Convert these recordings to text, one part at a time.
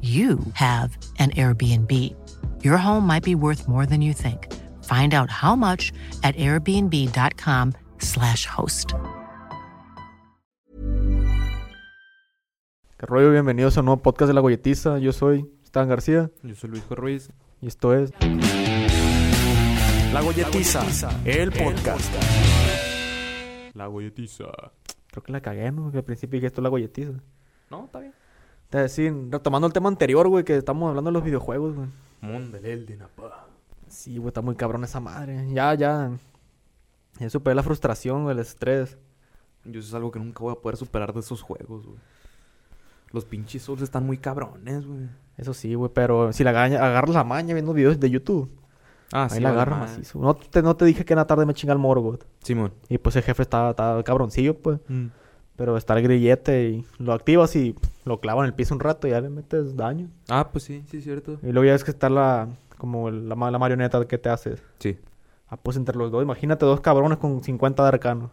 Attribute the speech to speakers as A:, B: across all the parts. A: you have an Airbnb. Your home might be worth more than you think. Find out how much at airbnb.com/slash host.
B: ¿Qué rollo? Bienvenidos a un nuevo podcast de La Golletiza. Yo soy Stan García
C: Yo soy Luis Jo Ruiz.
B: y esto es...
D: La Golletiza, el podcast.
C: La golletiza.
B: Creo que la cagué, ¿no? Que al principio dije esto es La Golletiza.
C: No, está bien.
B: Te decir, retomando el tema anterior, güey, que estamos hablando de los videojuegos, güey.
C: Mondelel de Napa.
B: Sí, güey, está muy cabrón esa madre. Ya, ya. Ya superé la frustración, güey, el estrés.
C: Yo eso es algo que nunca voy a poder superar de esos juegos, güey. Los pinches souls están muy cabrones, güey.
B: Eso sí, güey, pero si la gaña- agarras la maña viendo videos de YouTube,
C: Ah,
B: ahí la agarro macizo. No te, no te dije que en la tarde me chinga el moro, güey.
C: Simón.
B: Y pues el jefe está, está cabroncillo, pues.
C: Mm.
B: Pero está el grillete y lo activas y pff, lo clava en el piso un rato y ya le metes daño.
C: Ah, pues sí, sí, es cierto.
B: Y luego ya ves que está la... Como el- la, ma- la marioneta que te haces.
C: Sí.
B: Ah, pues entre los dos. Imagínate dos cabrones con 50 de arcano.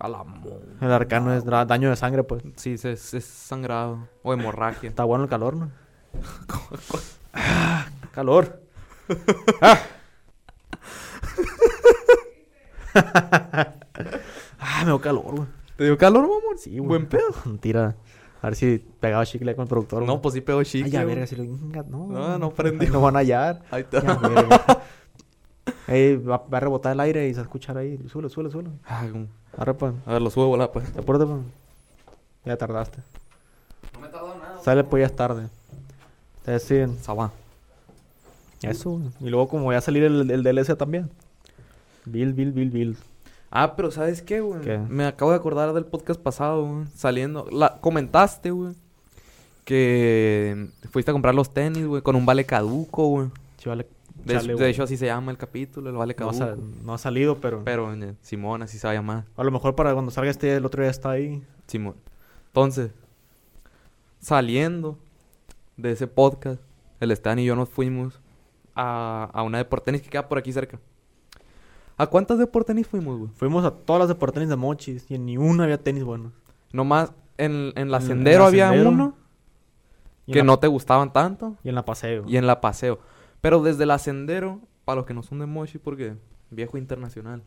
C: A la mon.
B: El arcano es da- daño de sangre, pues.
C: Sí, es, es- es sangrado. O hemorragia.
B: Está bueno el calor, ¿no? Ah, calor. Ah. Ah, me dio calor, güey.
C: ¿Te dio calor, mamón?
B: Sí, güey.
C: Buen pedo.
B: Mentira. A ver si pegaba chicle con el productor.
C: No, pues sí pegó chique.
B: Ay, ya,
C: güey.
B: verga, si lo... Inga, No,
C: No, no
B: Ahí
C: prendió.
B: no van a hallar.
C: Ahí
B: Ya,
C: está.
B: verga. Ey, va, va a rebotar el aire y se va a escuchar ahí. Suelo, suelo, suelo.
C: Ah, como-
B: Arre, pa.
C: A ver, lo subo a volar, pues.
B: Te apúrate, pa. Ya tardaste. No me tardó nada. Sale, pues ya es tarde. Te deciden.
C: Sabá.
B: Eso. güey. Y luego como voy a salir el, el DLC también. Bill, Bill, Bill, Bill.
C: Ah, pero ¿sabes qué, güey?
B: ¿Qué?
C: Me acabo de acordar del podcast pasado, güey. Saliendo. La... Comentaste, güey. Que fuiste a comprar los tenis, güey, con un vale caduco, güey.
B: Chivale.
C: De,
B: chale,
C: de
B: güey.
C: hecho, así se llama el capítulo, el vale
B: no, ha
C: caduco.
B: sa- no ha salido, pero...
C: Pero eh, Simón, así se va a llamar.
B: A lo mejor para cuando salga este, el otro día está ahí.
C: Simón. Entonces, saliendo de ese podcast, el Stan y yo nos fuimos a, a una de por tenis que queda por aquí cerca. ¿A cuántas de por tenis fuimos, güey?
B: Fuimos a todas las de por tenis de Mochis y en ni una había tenis buenos.
C: Nomás en, en la
B: En- en
C: sendero
B: la
C: había
B: Sendero.
C: uno
B: Y
C: que
B: en la-
C: no te gustaban tanto
B: Y en la paseo.
C: y en la paseo. Pero desde la sendero, para los que no son de Mochis, porque viejo internacional.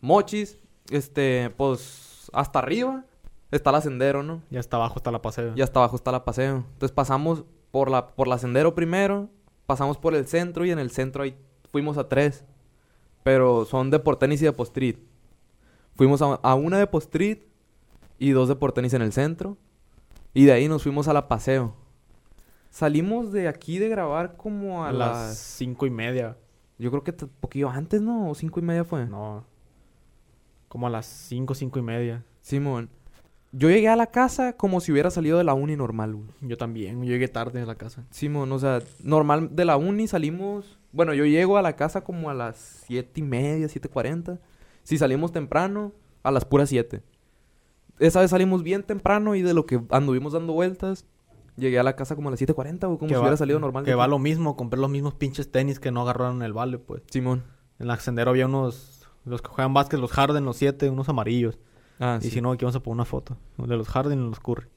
C: Mochis, este, pues hasta arriba está la sendero, ¿no?
B: Ya está abajo, está la paseo.
C: Y hasta abajo está la paseo. Entonces pasamos por la, por la sendero primero, pasamos por el centro y en el centro ahí fuimos a tres. Pero son de por tenis y de postrit. Fuimos a, a una de postrit y dos de por tenis en el centro. Y de ahí nos fuimos a la paseo. Salimos de aquí de grabar como a,
B: a
C: las...
B: las cinco y media.
C: Yo creo que t- poquillo antes, ¿no? O cinco y media fue.
B: No. Como a las cinco, cinco y media.
C: Simón. Yo llegué a la casa como si hubiera salido de la uni normal, güey.
B: Yo también. Yo llegué tarde a la casa.
C: Simón, o sea, normal de la uni salimos. Bueno, yo llego a la casa como a las siete y media, siete cuarenta. Si salimos temprano, a las puras siete. Esa vez salimos bien temprano y de lo que anduvimos dando vueltas, Llegué a la casa como a las 7.40, güey, como
B: que
C: si
B: va-
C: hubiera salido normal.
B: Que va lo mismo, compré los mismos pinches tenis que no agarraron en el vale, pues.
C: Simón.
B: En la sendero había unos, los que juegan básquet, los Harden, los siete, unos amarillos.
C: Ah,
B: y
C: sí.
B: si no, aquí vamos a poner una foto. De los Harden y los Curry.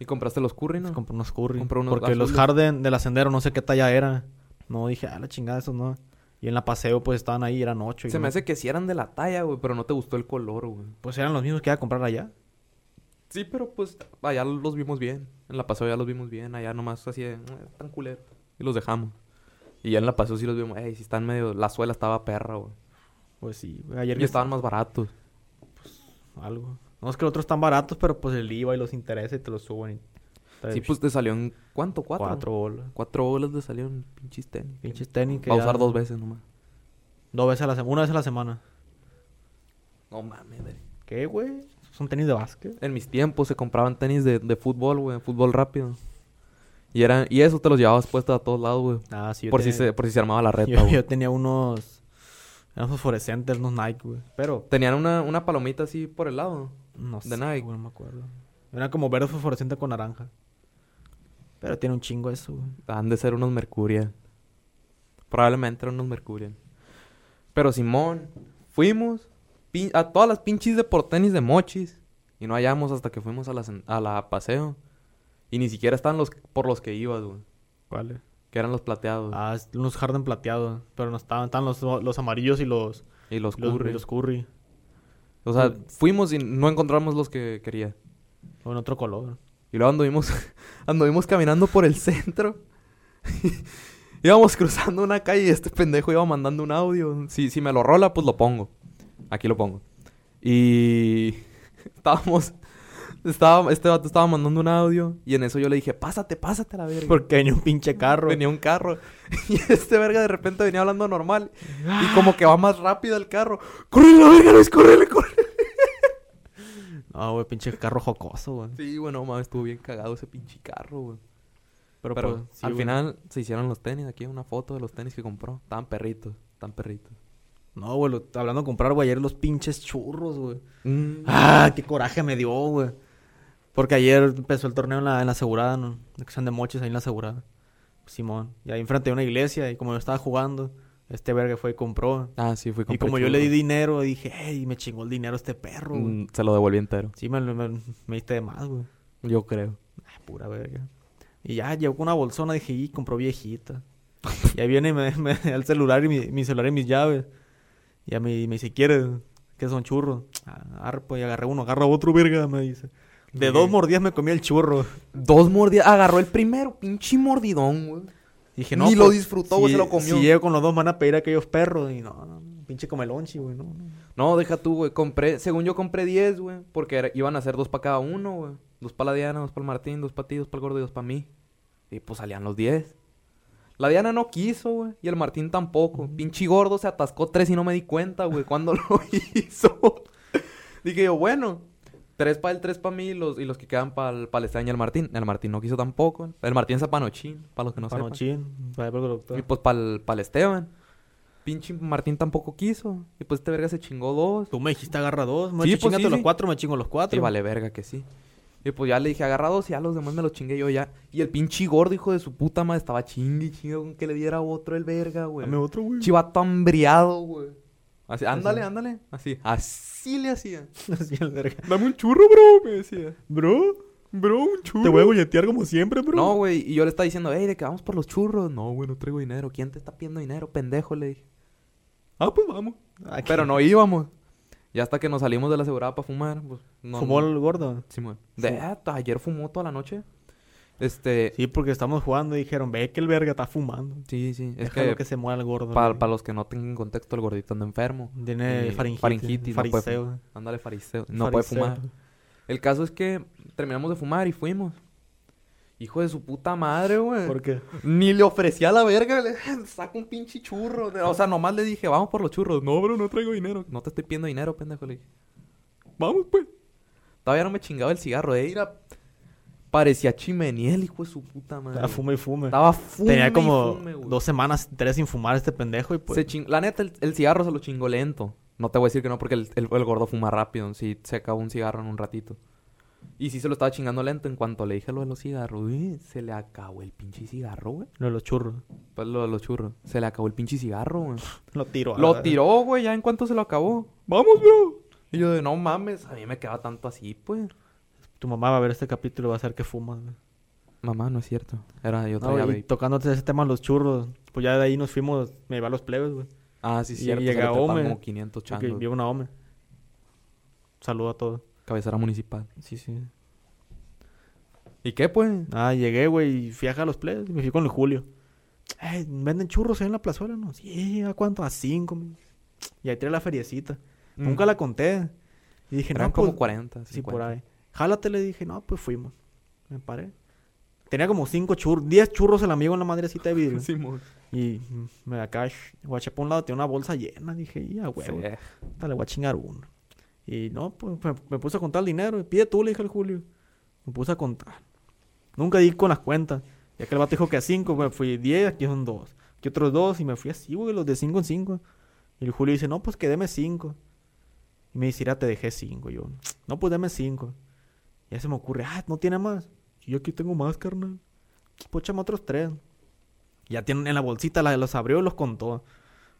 C: ¿Y compraste los curry, no?
B: Compré unos Curry.
C: Compré unos
B: porque los
C: azules.
B: Harden del ascendero no sé qué talla era. No, dije, ah, la chingada, esos no. Y en la paseo, pues estaban ahí, eran ocho. y
C: Se
B: no-
C: me hace que si eran de la talla, güey, pero no te gustó el color, güey.
B: Pues eran los mismos que iba a comprar allá.
C: Sí, pero pues allá los vimos bien. En la paseo ya los vimos bien. Allá nomás así de, "Eh, tan culero. Y los dejamos. Y ya en la paseo sí los vimos. Ey, si están medio... La suela estaba perra, güey.
B: Pues sí, güey, ayer
C: Y
B: que-
C: estaban más baratos.
B: algo. No, es que los otros están baratos, pero pues el IVA y los intereses te los suben. y-
C: Sí, pues te salió en... ¿Cuánto? ¿Cuatro?
B: Eh, cuatro bolas.
C: Cuatro bolas te salieron pinches tenis.
B: Pinches tenis que
C: Va a
B: ya-
C: usar dos veces nomás.
B: Dos veces a la semana. Una vez a la semana.
C: No mames, güey.
B: ¿Qué, güey? Son tenis de básquet.
C: En mis tiempos se compraban tenis de, de fútbol, güey. Fútbol rápido. Y, eran, y eso te los llevabas puestos a todos lados, güey.
B: Ah, sí. yo
C: Por, si
B: tenía-
C: se, por si se armaba la reta,
B: Yo,
C: güey.
B: yo tenía unos... Eran fosforescentes, unos Nike, güey. Pero...
C: Tenían una, una palomita así por el lado.
B: No sé,
C: De Nike.
B: güey, no me acuerdo. Era como verde fosforescente con naranja. Pero tiene un chingo eso, güey.
C: Han de ser unos Mercurial. Probablemente eran unos Mercurial. Pero Simón, fuimos pin- a todas las pinches de por tenis de mochis. Y no hallamos hasta que fuimos a la, cen- a la paseo. Y ni siquiera estaban los por los que ibas, güey.
B: ¿Cuáles?
C: Que eran los plateados.
B: Ah, es- unos Harden plateados. Pero no estaban... Estaban los, los amarillos y los...
C: y los
B: y los-
C: curry.
B: y los curry.
C: O sea, fuimos y no encontramos los que quería.
B: O en otro color.
C: Y luego anduvimos, anduvimos caminando por el centro. Íbamos cruzando una calle y este pendejo iba mandando un audio. Si, si me lo rola, pues lo pongo. Aquí lo pongo. Y estábamos... Estaba, este vato estaba mandando un audio y en eso yo le dije, pásate, pásate a la verga.
B: Porque venía un pinche carro.
C: Venía un carro. Y este verga de repente venía hablando normal. Y como que va más rápido el carro. ¡Córrele, la verga, Luis! ¡Córrele, córrele!
B: Ah, güey, pinche carro jocoso, güey.
C: Sí, bueno, mames, estuvo bien cagado ese pinche carro, güey.
B: Pero,
C: Pero
B: pues, sí,
C: al
B: güey.
C: final se hicieron los tenis. Aquí hay una foto de los tenis que compró. Estaban perritos, tan perritos.
B: No, güey, lo- hablando de comprar, güey, ayer los pinches churros, güey.
C: Mm.
B: Ah, qué coraje me dio, güey. Porque ayer empezó el torneo en la, en la asegurada, ¿no? Que sean de moches ahí en la asegurada. Pues, Simón. Y ahí enfrente de una iglesia, y como yo estaba jugando, este verga fue y compró.
C: Ah, sí, fui
B: Y como yo le di dinero, dije, hey, me chingó el dinero este perro, güey.
C: se lo devolví entero.
B: Sí, me, lo- me- me diste de más, güey.
C: Yo creo.
B: Ay, Ah, pura verga. Y ya llegó con una bolsona, dije, y compró viejita. y ahí viene y me, me da el celular y mi, mi celular y mis llaves. Y a mí me dice, ¿quieres? Que son churros. Ah, arre, pues, y agarré uno, agarra otro, verga, me dice. De dos mordidas me comí el churro.
C: Dos mordidas. Agarró el primero, pinche mordidón, güey.
B: Dije,
C: Ni lo
B: pues,
C: disfrutó,
B: si-
C: güey, se lo comió.
B: Si llego con los dos, me van a pedir a aquellos perros. Y no, no, pinche come lonchi, güey, no, no.
C: No, deja tú, güey. Compré, según yo compré 10, güey. Porque era- iban a ser dos para cada uno, güey. Dos para la Diana, dos para el Martín, dos para ti, dos para el gordo y dos para mí. Y pues salían los 10. La Diana no quiso, güey. Y el Martín tampoco. Pinche gordo se atascó tres y no me di cuenta, güey. ¿Cuándo lo hizo? Dije yo, bueno. Tres para él, tres para mí y los, y los que quedan para el, para y el Martín. El Martín no quiso tampoco. El Martín es panochín, para los que no sepan.
B: Panochín, para el
C: Y
B: doctor.
C: pues para el, Esteban. Pinche Martín tampoco quiso. Y pues este verga se chingó dos.
B: Tú me dijiste agarra dos, me
C: Sí,
B: dice,
C: pues,
B: chingate
C: sí,
B: los
C: sí.
B: cuatro, me chingo los cuatro.
C: Y vale verga que sí. Y pues ya le dije agarrados y ya los demás me los chingué yo ya. Y el pinche gordo, hijo de su puta madre, estaba chingue, y chingue con que le diera otro el verga, güey.
B: Dame otro, güey.
C: Chivato hambriado, güey. Así, ándale, ándale. Así, así le hacía.
B: Así el verga.
C: Dame un churro, bro, me decía.
B: Bro,
C: Bro, un churro.
B: te voy a golletear como siempre, bro.
C: No, güey. Y yo le estaba diciendo, hey, de que vamos por los churros. No, güey, no traigo dinero. ¿Quién te está pidiendo dinero, pendejo? Le dije. Ah, pues vamos.
B: Aquí.
C: Pero no íbamos. Y hasta que nos salimos de la asegurada para fumar, pues no.
B: ¿Fumó
C: no-
B: el gordo?
C: Simón. De,
B: Fumó.
C: ah, t- ayer fumó toda la noche. Este.
B: Sí, porque estamos jugando y dijeron, ve que el verga está fumando.
C: Sí, sí. Es
B: Déjalo
C: que,
B: que, se muera el gordo.
C: para,
B: güey.
C: los que no tengan contexto, el gordito anda enfermo.
B: Tiene
C: Y
B: faringitis,
C: faringitis, no puede
B: fariseo.
C: fumar. Ándale, fariseo. No puede
B: Fariseo.
C: fumar. El caso es que terminamos de fumar y fuimos. Hijo de su puta madre, güey.
B: ¿Por qué?
C: Ni le ofrecía la verga, le saco un pinche churro. O sea, nomás le dije, vamos por los churros. No, bro, no traigo dinero. No te estoy pidiendo dinero, pendejo. Le dije, vamos, pues. Todavía no me chingaba el cigarro. Eh. Era... Parecía chimeniel, hijo de su puta madre.
B: Estaba fume y fume.
C: Estaba fume y
B: Tenía como
C: fume, güey.
B: dos semanas, tres sin fumar este pendejo y pues...
C: Se ching- La neta, el, el cigarro se lo chingó lento. No te voy a decir que no, porque el, el- el gordo fuma rápido. Sí, se acabó un cigarro en un ratito. Y sí se lo estaba chingando lento. En cuanto le dije lo de los cigarros, uy, se le acabó el pinche cigarro, güey.
B: Lo de los churros.
C: Pues lo de los churros. Se le acabó el pinche cigarro, güey.
B: Lo ah. tiró. a la
C: Lo
B: verga.
C: tiró, güey, ya en cuanto se lo acabó. ¡Vamos, bro! Y yo de, no mames, a mí me quedaba tanto así, pues.
B: Tu mamá va a ver este capítulo y va a hacer que fumas, güey.
C: Mamá, no es cierto. Era yo
B: No,
C: traía
B: y
C: vape.
B: tocándote ese tema de los churros, pues ya de ahí nos fuimos, me iba a los plebes, güey.
C: Ah, sí,
B: y
C: cierto. se
B: llega
C: le treparon
B: Ome.
C: como 500
B: Porque
C: changos.
B: vivo una hombre. Saludo a todos.
C: Cabecera municipal.
B: Sí, sí.
C: ¿Y qué, pues?
B: Ah, llegué, güey, y fui acá a los plebes, y me fui con el Julio. Eh, ¿venden churros ahí en la plazuela? No, sí, ¿a cuánto? A cinco. me dijo. Y ahí trae la feriecita.
C: Mm.
B: Nunca la conté. Y dije,
C: Eran
B: no,
C: como
B: pues,
C: 40, 50.
B: Sí, por ahí. Jálate, le dije, no, pues fuimos. Me paré. Tenía como cinco churros, diez churros el amigo en la madrecita de vidrio.
C: Simón.
B: Y mm, me acá, sh- guaché por un lado, tenía una bolsa llena. Dije, y a huevo,
C: Sí.
B: ahorita le voy a chingar uno. Y no, pues me, me puse a contar el dinero. Y pide tú, le dije al Julio. Me puse a contar. Nunca di con las cuentas. Ya que el vato dijo que a cinco, me fui diez, aquí son dos. Aquí otros dos, y me fui así, güey, los de cinco en cinco. Y el Julio dice, no, pues que deme cinco. Y me dice, "Ira, te dejé cinco. Y yo, no, pues deme cinco. Ya se me ocurre, ah, no tiene más. Y yo aquí tengo más, carnal. Pues échame otros tres. Ya tienen en la bolsita, la, los abrió y los contó.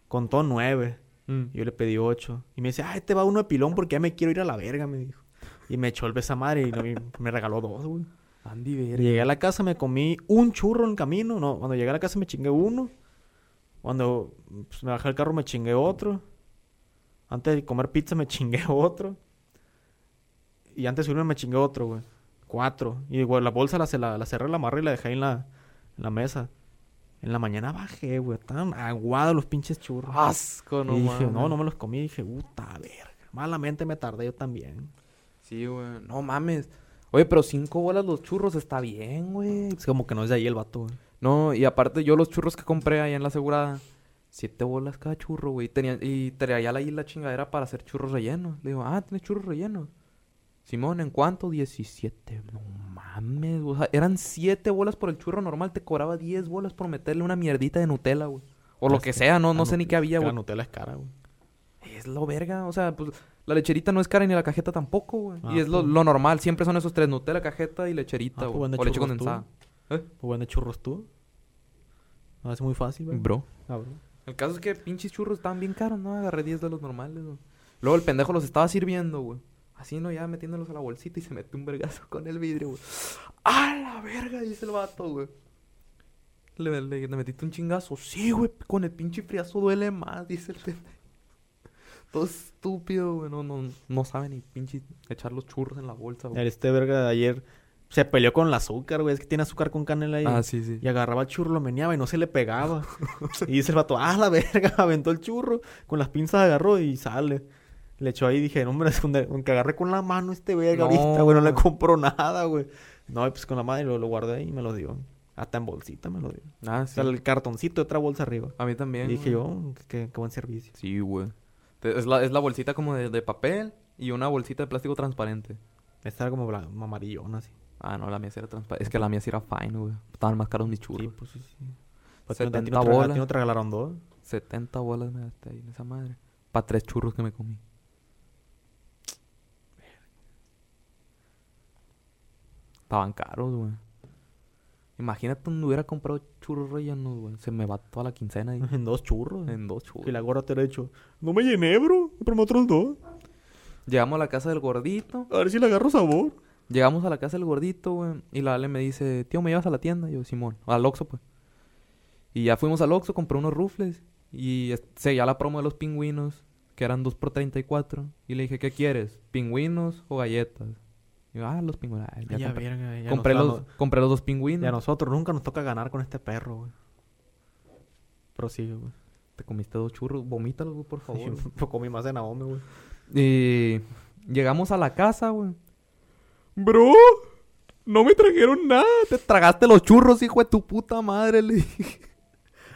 B: Contó nueve.
C: Mm.
B: Yo le pedí ocho. Y me dice, ah, este va uno de pilón porque ya me quiero ir a la verga, me dijo. Y me echó el besa madre y, no- y me regaló dos, güey.
C: Andy Verga.
B: Llegué a la casa, me comí un churro en el camino. No, cuando llegué a la casa me chingué uno. Cuando pues, me bajé el carro me chingué otro. Antes de comer pizza me chingué otro. Y antes de subirme me chingué otro, güey. Cuatro. Y güey, la bolsa la, ce- la, la cerré, la amarré y la dejé ahí en la, en la mesa. En la mañana bajé, güey. Estaban aguados los pinches churros.
C: Ah, Asco, no
B: y dije,
C: mames.
B: no, no me los comí. dije, puta verga. Malamente me tardé yo también.
C: Sí, güey. No mames. Oye, pero cinco bolas los churros está bien, güey.
B: Es como que no es de ahí el vato, güey.
C: No, y aparte yo los churros que compré allá en la asegurada, siete bolas cada churro, güey. Tenía, y traía la, ahí la chingadera para hacer churros rellenos. Le digo, ah, ¿tienes churros rellenos? Simón, ¿en cuánto? 17. No mames, o sea, eran siete bolas por el churro normal, te cobraba 10 bolas por meterle una mierdita de Nutella, güey. O lo que sea, no, no sé ni qué había,
B: Que La
C: güey.
B: Nutella es cara, güey.
C: Es lo verga, o sea, pues la lecherita no es cara ni la cajeta tampoco, güey.
B: Ah,
C: y es lo,
B: pues.
C: lo normal, siempre son esos tres, Nutella, cajeta y
B: Ah,
C: lecherita,
B: pues,
C: güey.
B: vende
C: o leche
B: churros tú.
C: condensada.
B: Pues bueno, churros tú. No, es muy fácil, güey.
C: Bro.
B: Ah, bro.
C: El caso es que pinches churros estaban bien caros, ¿no? Agarré 10 de los normales, güey. Luego el pendejo los estaba sirviendo, güey. Así, ¿no? Ya metiéndolos a la bolsita y se metió un vergazo con el vidrio, güey. ¡A la verga! Dice el vato, güey. Le, le- le metiste un chingazo. Sí, güey. Con el pinche friazo duele más, dice el pendejo. Todo estúpido, güey. No, no, no sabe ni pinche echar los churros en la bolsa, güey.
B: Este verga de ayer se peleó con el azúcar, güey. Es que tiene azúcar con canela ahí.
C: Ah, sí, sí.
B: Y agarraba el churro, lo meneaba y no se le pegaba. y dice el vato, ah, la verga, aventó el churro. Con las pinzas agarró y sale. Le echó ahí y dije, no, hombre, es donde- con que agarré con la mano este verga
C: No,
B: ahorita, güey, no le
C: güey.
B: compro nada, güey. No, y pues con la madre lo, lo guardé ahí y me lo dio. Hasta en bolsita me lo dio.
C: Ah,
B: O
C: sí.
B: sea, el cartoncito y otra bolsa arriba.
C: A mí también.
B: y dije
C: güey.
B: yo, "Mm, qué, qué buen servicio.
C: Sí, güey. Te- Es la, es la bolsita como de, de papel y una bolsita de plástico transparente.
B: Estaba como bla- amarillón así.
C: Ah, no, la mía sí era transparente. Es que la mía sí era fine, güey. Estaban más caros mis churros.
B: Sí, pues sí, sí. Pues, ¿a ti no te- a ti
C: 70
B: no te regala- a ti no
C: bolas.
B: te regalaron dos?
C: 70 bolas me gasté ahí en esa madre. Para tres churros que me comí. Estaban caros, güey. Imagínate donde hubiera comprado churros rellenos, güey. Se me va toda la quincena ahí.
B: En dos churros.
C: en dos churros.
B: Y la gorra te ha hecho. No me llené, bro. Comprame otros dos.
C: Llegamos a la casa del gordito.
B: A ver si le agarro sabor.
C: Llegamos a la casa del gordito, güey. Y la Ale me dice, tío, ¿me llevas a la tienda? Y yo, Simón, al Oxxo, pues. Y ya fuimos al Oxxo, compré unos rufles. Y es- seguía la promo de los pingüinos, que eran 2 por 34. Y le dije, ¿qué quieres? ¿Pingüinos o galletas? Y yo, ah, los pingüinos. Ay, ya compré
B: verga,
C: compré los, compré los dos pingüinos.
B: Y a nosotros nunca nos toca ganar con este perro, güey. Prosigue, güey.
C: Te comiste dos churros. Vomítalos, güey, por favor. güey.
B: Yo comí más de Naomi, güey.
C: Y llegamos a la casa, güey. Bro, no me trajeron nada. Te tragaste los churros, hijo de tu puta madre, le dije.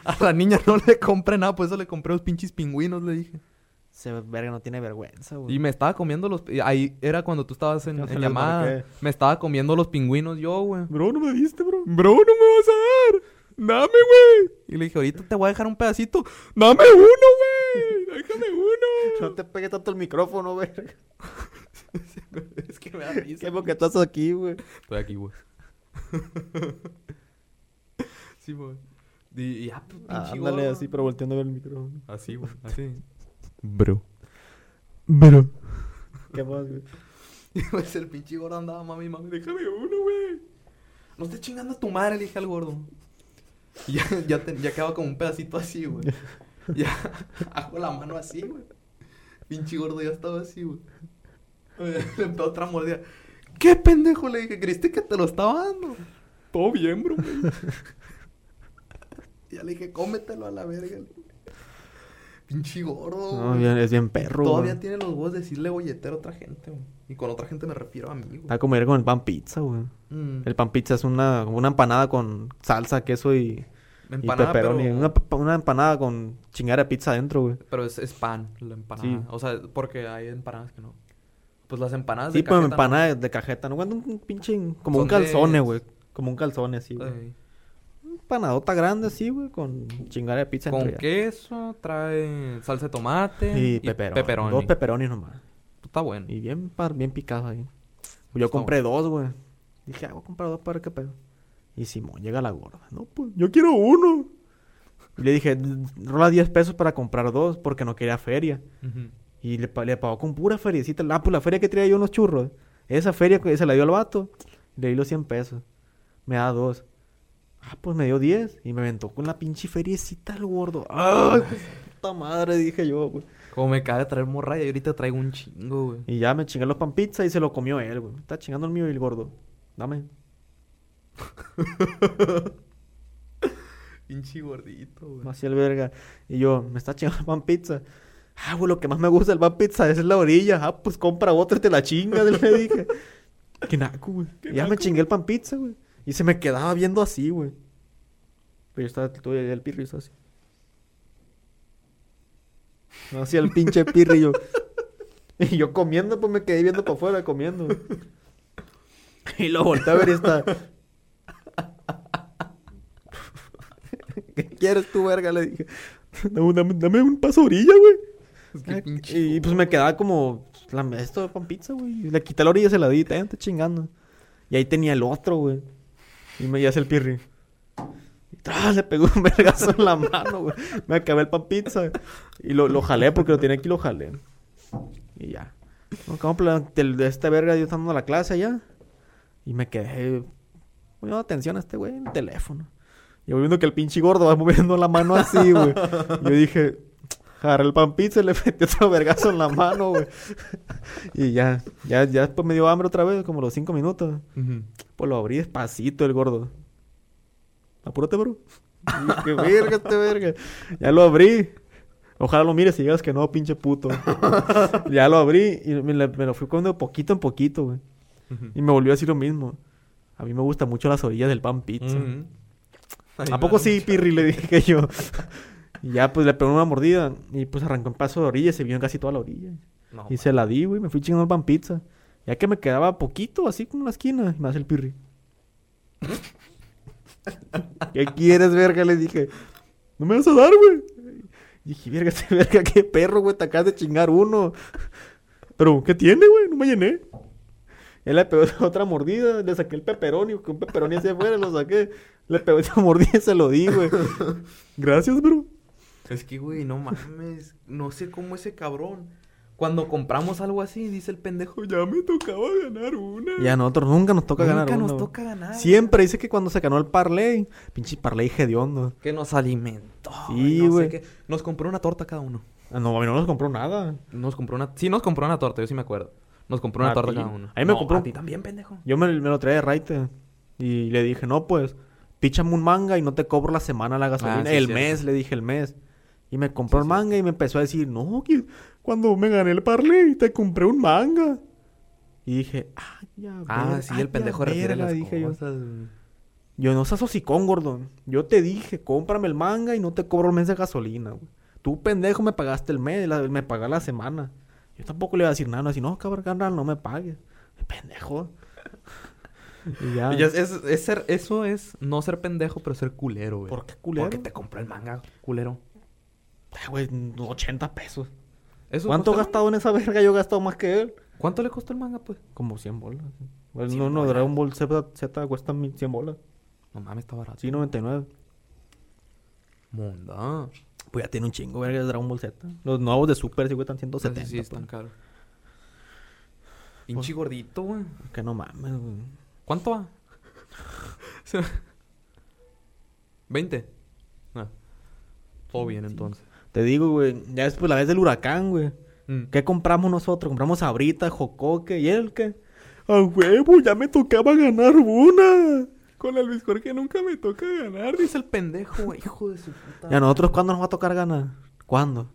C: A la niña no le compré nada, por eso le compré los pinches pingüinos, le dije.
B: Ese verga no tiene vergüenza, güey.
C: Y me estaba comiendo los... y Ahí era cuando tú estabas en,
B: Ya
C: en
B: se les
C: llamada.
B: marqué.
C: Me estaba comiendo los pingüinos yo, güey.
B: Bro, no me diste, bro.
C: Bro, no me vas a dar. Dame, güey. Y le dije, ahorita te voy a dejar un pedacito. Dame uno, güey. Déjame uno.
B: No te pegues tanto el micrófono, verga.
C: es que me da risa.
B: ¿Qué porque estás aquí, güey?
C: Estoy aquí, güey. sí, güey. Y, y ya, pues, pinche
B: Ah, ándale
C: gordo.
B: así, pero volteando a ver el micrófono.
C: Así, güey. Así. Bro.
B: Pero. ¿Qué más, güey?
C: Pues el pinche gordo andaba, mami, mami, déjame uno, güey. No estés chingando a tu madre, le dije al gordo. Y ya, ya, te- ya quedaba como un pedacito así, güey. Ya hago la mano así, güey. Pinche gordo ya estaba así, güey. Le pegó otra mordida. ¿Qué pendejo? Le dije, ¿creíste que te lo estaba dando? Todo bien, bro. güey. ya le dije, cómetelo a la verga. le dije. Pinche gordo,
B: No,
C: güey.
B: bien, es bien perro,
C: Todavía
B: güey.
C: tiene los huevos de decirle golletero a otra gente, güey. Y con otra gente me refiero a mí, güey.
B: Está como ir con el pan pizza, güey.
C: Mm.
B: El pan pizza es una, como una empanada con salsa, queso y, y
C: Empanada, pero,
B: pepperoni. Una, pa- una empanada con chingada de pizza adentro, güey.
C: pero es, es pan la empanada.
B: Sí.
C: O sea, porque hay empanadas que no. Pues las empanadas
B: Sí,
C: de
B: pues
C: cajeta, ¿no?
B: empanada de- de cajeta, ¿no? Cuando un, un pinche... Como
C: Son
B: un calzone,
C: de-
B: güey. Como un calzone así, güey.
C: Ey.
B: Una empanadota grande así, güey, con chingada de pizza
C: Con
B: entre
C: queso, trae salsa de tomate
B: Y, peperoni.
C: pepperoni.
B: Dos peperonis nomás.
C: Está bueno.
B: Y bien, par- bien picado ahí. Yo compré dos, güey. Dije, ah, voy a comprar dos para ver qué pedo. Y Simón llega la gorda. No, pues, yo quiero uno. Y le dije, rola 10 pesos para comprar dos porque no quería feria.
C: Ujú.
B: Y le, pa- le pagó con pura feriecita. Ah, pues la feria que traía yo unos churros. Esa feria que se la dio al vato. Le di los 100 pesos. Me da dos. Ah, pues me dio 10. Y me aventó con la pinche feriecita el gordo. ¡Ay, pues, puta madre! Dije yo, güey.
C: Como me cae de traer morraya, y ahorita traigo un chingo, güey.
B: Y ya me chingué los pan pizza y se lo comió él, güey. Está chingando el mío y el gordo. Dame.
C: Pinche gordito, güey.
B: Así el verga. Y yo, me está chingando el pan pizza. Ah, güey, lo que más me gusta del pan pizza es la orilla. Ah, pues compra otra y te la chingas, le dije. Qué naco, güey. Y ya me chingué el pan pizza, güey. Y se me quedaba viendo así, güey. Pero yo estaba, tú y el pirri, yo estaba así. No hacía el pinche pirri yo. Y yo comiendo, pues me quedé viendo para afuera comiendo. güey. Y lo volteé a ver y está. ¿Qué quieres tú, verga? Le dije. "No, dame, dame un paso orilla, güey. Ah, y pues me quedaba como "Pues, la, esto de pan pizza, güey. Y Le quité la orilla y se la di, "Ten, te chingando. Y ahí tenía el otro, güey. Y me y hace el pirri. Y tras, le pegó un vergazo en la mano, güey. Me acabé el pan pizza. Y lo, lo jalé porque lo tenía aquí, lo jalé. Y ya. No, ¿cómo plan- te- de este verga yo estaba dando la clase allá. Y me quedé poniendo atención a este güey en el teléfono. Y voy viendo que el pinche gordo va moviendo la mano así, güey. Yo dije, agarré el pan pizza y le metí otro vergazo en la mano, güey. Y ya, ya, ya después me dio hambre otra vez, como los cinco minutos.
C: Ujú.
B: Pues lo abrí despacito el gordo. Apúrate, bro. ¡Qué verga este verga! Ya lo abrí. Ojalá lo mires y digas que no, pinche puto. ya lo abrí y me, la- me lo fui comiendo poquito en poquito, güey. Y me volvió a decir lo mismo. A mí me gustan mucho las orillas del pan pizza.
C: Ujú. Mm. Ay,
B: ¿A poco
C: me da
B: sí,
C: mucha-
B: Pirri? Le dije yo. y ya, pues le pegó una mordida. Y pues arrancó en paso de orilla y se vio en casi toda la orilla.
C: No, pues.
B: y se la di, güey. Me fui chingando el pan pizza. Ya que me quedaba poquito, así como una esquina. Y me hace el Pirri. ¿Qué quieres, verga? Le dije. No me vas a dar, güey. Y dije, verga, este verga, qué perro, güey. Te acabas de chingar uno. Pero, ¿qué tiene, güey? No me llené. Él le pegó otra mordida, le saqué el peperoni, porque un peperoni hacia afuera lo saqué. Le pegó otra mordida y se lo di, güey. Gracias, bro.
C: Es que, güey, no mames. No sé cómo ese cabrón. Cuando compramos algo así, dice el pendejo, ya me tocaba ganar una.
B: Y a nosotros nunca nos toca
C: Nunca
B: ganar.
C: nos
B: uno, güey.
C: toca ganar.
B: Siempre dice que cuando se ganó el parlay, pinche parlay hediondo.
C: Que nos alimentó.
B: Sí,
C: y no sé
B: güey.
C: qué. Nos compró una torta cada uno.
B: Ah, No, a mí no nos compró nada.
C: Nos compró una... Sí, nos compró una torta, yo sí me acuerdo. Nos compró una
B: ¿A
C: torta
B: ti?
C: cada uno.
B: A mí me
C: No,
B: compró-
C: A Ah, ti también, pendejo.
B: Yo me, me lo traía de Raite y le dije, no, pues, píchame un manga y no te cobro la semana la gasolina.
C: Ah, sí,
B: el
C: cierto.
B: mes, le dije, el mes. Y me compró el manga y me empezó a decir, no, que cuando me gané el parlay te compré un manga. Y dije, ah, ya,
C: Ah,
B: ver-
C: sí,
B: ay,
C: el
B: ya,
C: pendejo refiere
B: verga",
C: las
B: dije yo.
C: cosas. güey.
B: Yo no seas hocicón, gordón. Yo te dije, cómprame el manga y no te cobro el mes de gasolina, güey. Tú, pendejo, me pagaste el mes, la- me pagaste la semana. Yo tampoco le iba a decir nada, no, así, no, cabrón, carnal, no me pagues. Pendejo. y ya.
C: Y ya es- es- es ser- eso es no ser pendejo, pero ser culero, güey.
B: ¿Por qué culero?
C: Porque te compró el manga, culero.
B: Ah, güey, 80 pesos.
C: Eso
B: ¿Cuánto he
C: cuesta-
B: gastado en esa verga? Yo he gastado más que él.
C: ¿Cuánto le costó el manga, pues?
B: Como 100 bolas. Pues no, no, Dragon Ball Z, Z cuesta mil- 100 bolas.
C: No mames, está barato.
B: Sí, 99.
C: Munda.
B: Pues ya tiene un chingo, verga, el Dragon Ball Z. Los nuevos de Super sí cuestan 170.
C: sí, es tan
B: pues.
C: caro. Pinche gordito, güey.
B: Que no mames, güey.
C: ¿Cuánto va? Se- ¿20? Ah. Todo bien, entonces.
B: Te digo, güey, ya es pues, la vez del huracán, güey.
C: Mm.
B: ¿Qué compramos nosotros? Compramos sabritas, jocoque y él que... ¡A huevo! Ya me tocaba ganar una.
C: Con el Luis Jorge nunca me toca ganar, dice el pendejo, güey. Hijo de su puta.
B: ¿Y a nosotros cuándo nos va a tocar ganar? ¿Cuándo?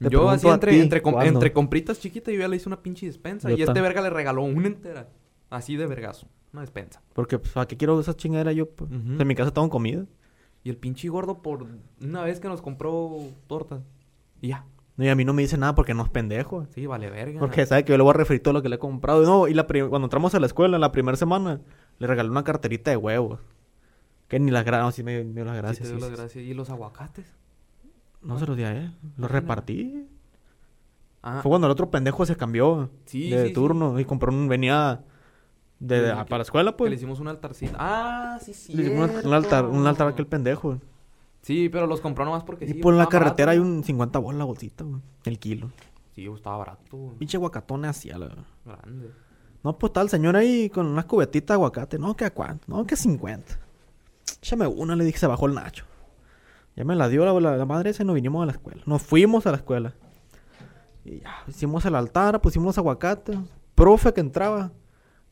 B: Te
C: Yo así
B: pregunto a
C: entre,
B: ti,
C: entre, com-
B: ¿cuándo?
C: entre compritas chiquitas yo ya le hice una pinche despensa.
B: Yo
C: y este
B: tam-
C: verga le regaló una entera. Así de vergazo. Una despensa.
B: Porque, pues, ¿a qué quiero esa chingadera yo? pues?
C: Ujú.
B: En mi casa tengo comida.
C: Y el pinche gordo por una vez que nos compró tortas. Y ya.
B: No, Y a mí no me dice nada porque no es pendejo.
C: Sí, vale verga.
B: Porque sabe que yo le voy a referir todo lo que le he comprado. No, y la pri- cuando entramos a la escuela, la primera semana, le regalé una carterita de huevos. Que ni las gracias, sí me, me dio las
C: Sí, te
B: gracias. sí,
C: doy las
B: sí, sí.
C: gracias. ¿Y los aguacates?
B: No se los di a él. Los repartí.
C: Ah,
B: Fue cuando el otro pendejo se cambió
C: Sí, sí,
B: de
C: sí.
B: turno y compró un... Venía de,
C: Sí,
B: de-
C: que-
B: para la escuela,
C: que le
B: pues.
C: hicimos un altarcito. Ah, sí, sí.
B: Le hicimos un- un altar, un altar a aquel pendejo.
C: Sí, pero los compró nomás porque sí.
B: y por la
C: estaba
B: carretera hay
C: barato.
B: un 50 bolas la bolsita, güey. El kilo.
C: Sí, estaba barato. güey.
B: Pinche guacatón así, a la...
C: Grande.
B: No, pues tal, señor ahí con unas cubetitas de aguacate. No, que a cuánto. No, que a 50. Échame una, le dije, se bajó el Nacho. Ya me la dio la, la- la madre esa y nos vinimos a la escuela. Nos fuimos a la escuela. Y ya, hicimos el altar, pusimos los aguacates. Profe que entraba.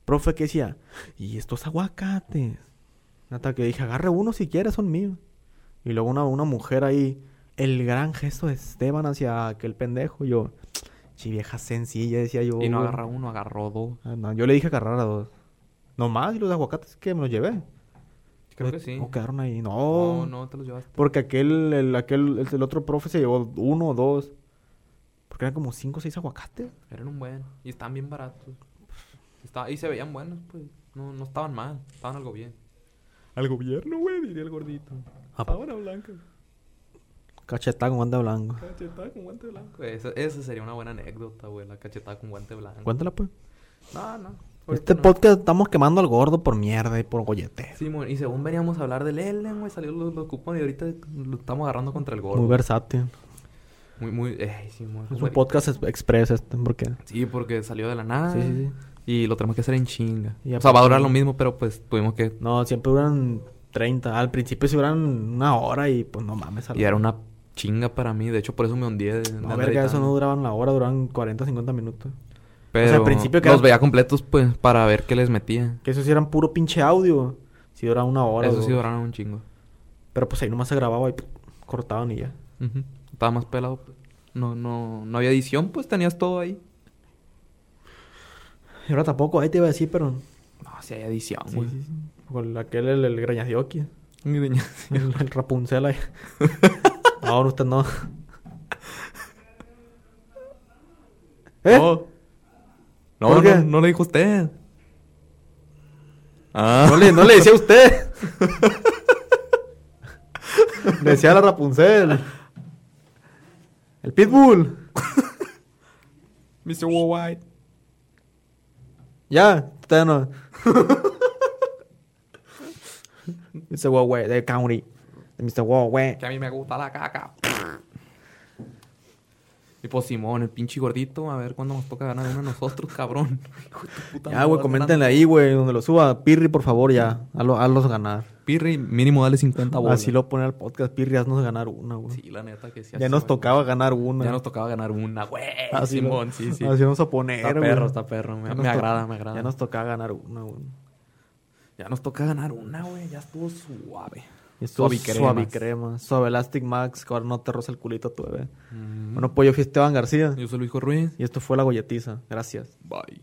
B: Profe que decía, ¿y estos aguacates? Hasta que dije, agarre uno si quieres, son míos. Y luego una, una mujer ahí, el gran gesto de Esteban hacia aquel pendejo. Yo, chi vieja sencilla, decía yo.
C: Y no
B: güey.
C: agarró uno, agarró dos.
B: Ah, no, yo le dije agarrar a dos. Nomás, y los aguacates que me los llevé. Me-
C: Creo que sí.
B: O quedaron ahí. No.
C: No, no, te los llevaste.
B: Porque aquel, el, aquel, el, el otro profe se llevó uno o dos. Porque eran como cinco o seis aguacates.
C: Eran un buen. Y estaban bien baratos. Está- y se veían buenos, pues. No, no estaban mal. Estaban algo bien.
B: Al gobierno, güey, diría el gordito.
C: Ahora blanco.
B: Cachetada con guante blanco.
C: Cachetada con guante blanco. Esa, esa sería una buena anécdota, güey. La cachetada con guante blanco.
B: Cuéntala, pues.
C: No, no.
B: este
C: ahorita no.
B: podcast estamos quemando al gordo por mierda y por gollete.
C: Simón, y según veníamos a hablar del Ellen, güey, salieron los, los cupones y ahorita lo estamos agarrando contra el gordo.
B: Muy versátil.
C: Muy, muy, eh, Simón.
B: Es un
C: güey.
B: podcast ex- express este, porque...
C: Sí, porque salió de la nada.
B: Sí, sí, sí.
C: Y lo tenemos que hacer en chinga.
B: Y
C: o sea, va a durar
B: aparte-
C: lo mismo, pero pues tuvimos que.
B: No, siempre duran 30. Al principio se duran una hora y pues no mames. a la-
C: Y era una chinga para mí. De hecho, por eso me hundí. De, de
B: No,
C: andar
B: verga, eso
C: editando.
B: no duraban la hora, duraban 40, 50 minutos.
C: Pero
B: al principio que
C: los
B: era-
C: veía completos, pues, para ver qué les metía.
B: Que esos sí eran puro pinche audio. Si duraba una hora.
C: eso sí
B: dos.
C: duraron un chingo.
B: Pero pues ahí nomás se grababa y cortaban y ya.
C: Ujú. Estaba más pelado. pues. No, no, no había edición, pues tenías todo ahí.
B: Y ahora tampoco, ahí te iba a decir, pero.
C: No, sí hay edición,
B: Sí,
C: güey.
B: sí, sí. Con aquel, el, el Greñadioki, El, el Rapunzel ahí. no, no, usted no. ¿Eh?
C: No, no,
B: ¿Por qué?
C: no, no le dijo usted. Ah.
B: No, le, no le decía a usted. le decía a la Rapunzel. El Pitbull.
C: Mr. Worldwide.
B: Ya, usted no. Mr. Huawei, de County. De Mr. Huawei.
C: Que a mí me gusta la caca. Y pues Simón, el pinche gordito, a ver cuándo nos toca ganar uno a nosotros, cabrón. Hijo de tu puta
B: Ya,
C: madre,
B: güey,
C: tanto
B: coméntenle ahí, güey, donde lo suba. Pirri, por favor, ya. Hazlo- Hazlos ganar.
C: Pirri, mínimo dale 50 bolas.
B: Así Ah, lo pone al podcast. Pirri, haznos ganar una, güey.
C: Sí, la neta que sí.
B: ya
C: así,
B: nos
C: güey.
B: tocaba Ah, ganar una.
C: Ya nos tocaba ganar una, güey.
B: Así
C: Simón,
B: lo-
C: sí, sí.
B: Así vamos a poner,
C: Está
B: güey.
C: perro, está perro. Me,
B: Ya
C: me
B: nos to-
C: agrada, me agrada.
B: Ya nos tocaba ganar una, güey.
C: toca ganar una, güey. Ya estuvo suave.
B: Y estuvo
C: Suavicremas.
B: Suavicrema. Suave Elastic Max, que ahora no te roza el culito a tu bebé.
C: Mm.
B: Bueno, pues yo fui Esteban García.
C: Yo soy Luis Jorge Ruiz.
B: Y esto fue La Golletiza. Gracias.
C: Bye.